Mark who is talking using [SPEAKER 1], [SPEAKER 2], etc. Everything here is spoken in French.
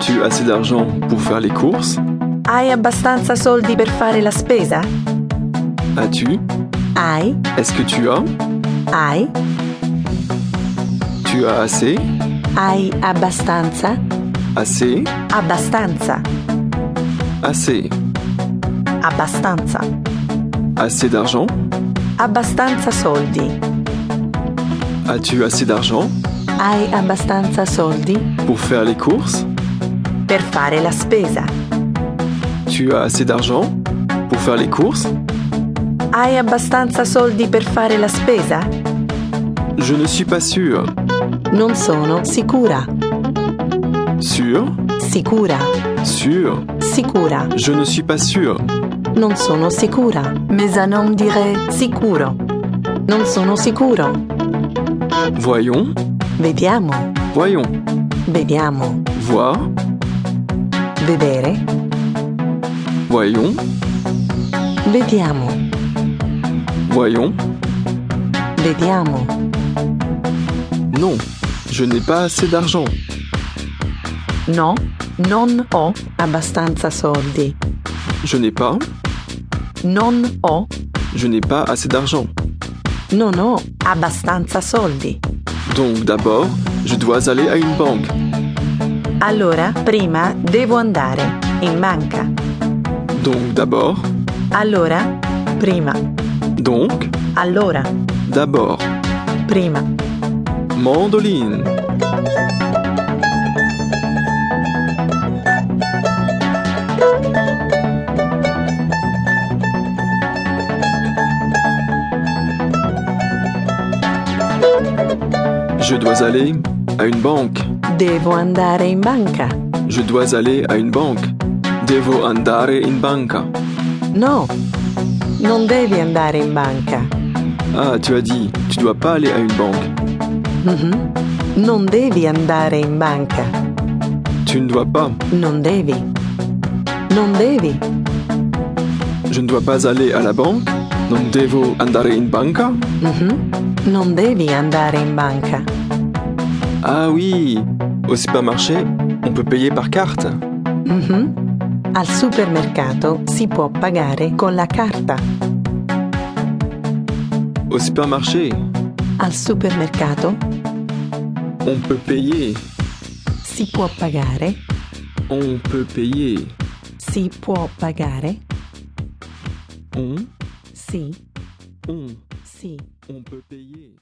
[SPEAKER 1] tu assez d'argent pour faire les courses
[SPEAKER 2] Hai abbastanza soldi per fare la spesa?
[SPEAKER 1] As-tu
[SPEAKER 2] Hai?
[SPEAKER 1] Est-ce que tu as
[SPEAKER 2] Hai?
[SPEAKER 1] Tu as assez
[SPEAKER 2] Hai abbastanza?
[SPEAKER 1] Assez
[SPEAKER 2] Abbastanza?
[SPEAKER 1] Assez
[SPEAKER 2] Abbastanza?
[SPEAKER 1] Assez d'argent
[SPEAKER 2] Abbastanza soldi?
[SPEAKER 1] As-tu assez d'argent
[SPEAKER 2] Hai abbastanza soldi
[SPEAKER 1] pour faire les courses
[SPEAKER 2] per fare la spesa?
[SPEAKER 1] Tu as assez d'argent pour faire les courses
[SPEAKER 2] Hai abbastanza soldi per fare la spesa?
[SPEAKER 1] Je ne suis pas sûr.
[SPEAKER 2] Non sono sicura.
[SPEAKER 1] Sûr
[SPEAKER 2] Sicura.
[SPEAKER 1] Sûr
[SPEAKER 2] Sicura.
[SPEAKER 1] Je ne suis pas sûr.
[SPEAKER 2] Non sono sicura. Mesanom dire sicuro. Non sono sicuro.
[SPEAKER 1] Voyons,
[SPEAKER 2] Vediamo.
[SPEAKER 1] voyons.
[SPEAKER 2] Vediamo.
[SPEAKER 1] Voir,
[SPEAKER 2] Vedere.
[SPEAKER 1] voyons,
[SPEAKER 2] Vediamo.
[SPEAKER 1] voyons.
[SPEAKER 2] Vediamo.
[SPEAKER 1] Non, je n'ai pas assez d'argent.
[SPEAKER 2] No, non ho abbastanza soldi.
[SPEAKER 1] Je n'ai pas,
[SPEAKER 2] Non ho.
[SPEAKER 1] je n'ai pas assez d'argent.
[SPEAKER 2] Non ho abbastanza soldi.
[SPEAKER 1] Donc d'abord, je dois aller à une banque.
[SPEAKER 2] Allora, prima devo andare. In banca.
[SPEAKER 1] Donc d'abord,
[SPEAKER 2] Allora, prima.
[SPEAKER 1] donc,
[SPEAKER 2] Allora,
[SPEAKER 1] d'abord.
[SPEAKER 2] prima.
[SPEAKER 1] Mandoline. Je dois aller à une banque.
[SPEAKER 2] Devo andare in banca.
[SPEAKER 1] Je dois aller à une banque. Devo andare in banca.
[SPEAKER 2] No, non devi andare in banca.
[SPEAKER 1] Ah, tu as dit, tu dois pas aller à une banque.
[SPEAKER 2] Mhm. Non devi andare in banca.
[SPEAKER 1] Tu ne dois pas.
[SPEAKER 2] Non devi. Non devi.
[SPEAKER 1] Je ne dois pas aller à la banque. Non devo andare in banca.
[SPEAKER 2] Mhm. Non devi andare in banca.
[SPEAKER 1] Ah oui Au supermarché, on peut payer par carte.
[SPEAKER 2] Mhm. Al supermercato si può pagare con la carta.
[SPEAKER 1] Au supermarché,
[SPEAKER 2] Al supermercato
[SPEAKER 1] on peut payer.
[SPEAKER 2] si può pagare,
[SPEAKER 1] On peut payer.
[SPEAKER 2] si può pagare,
[SPEAKER 1] On,
[SPEAKER 2] sì,
[SPEAKER 1] on,
[SPEAKER 2] sì.
[SPEAKER 1] on peut payer.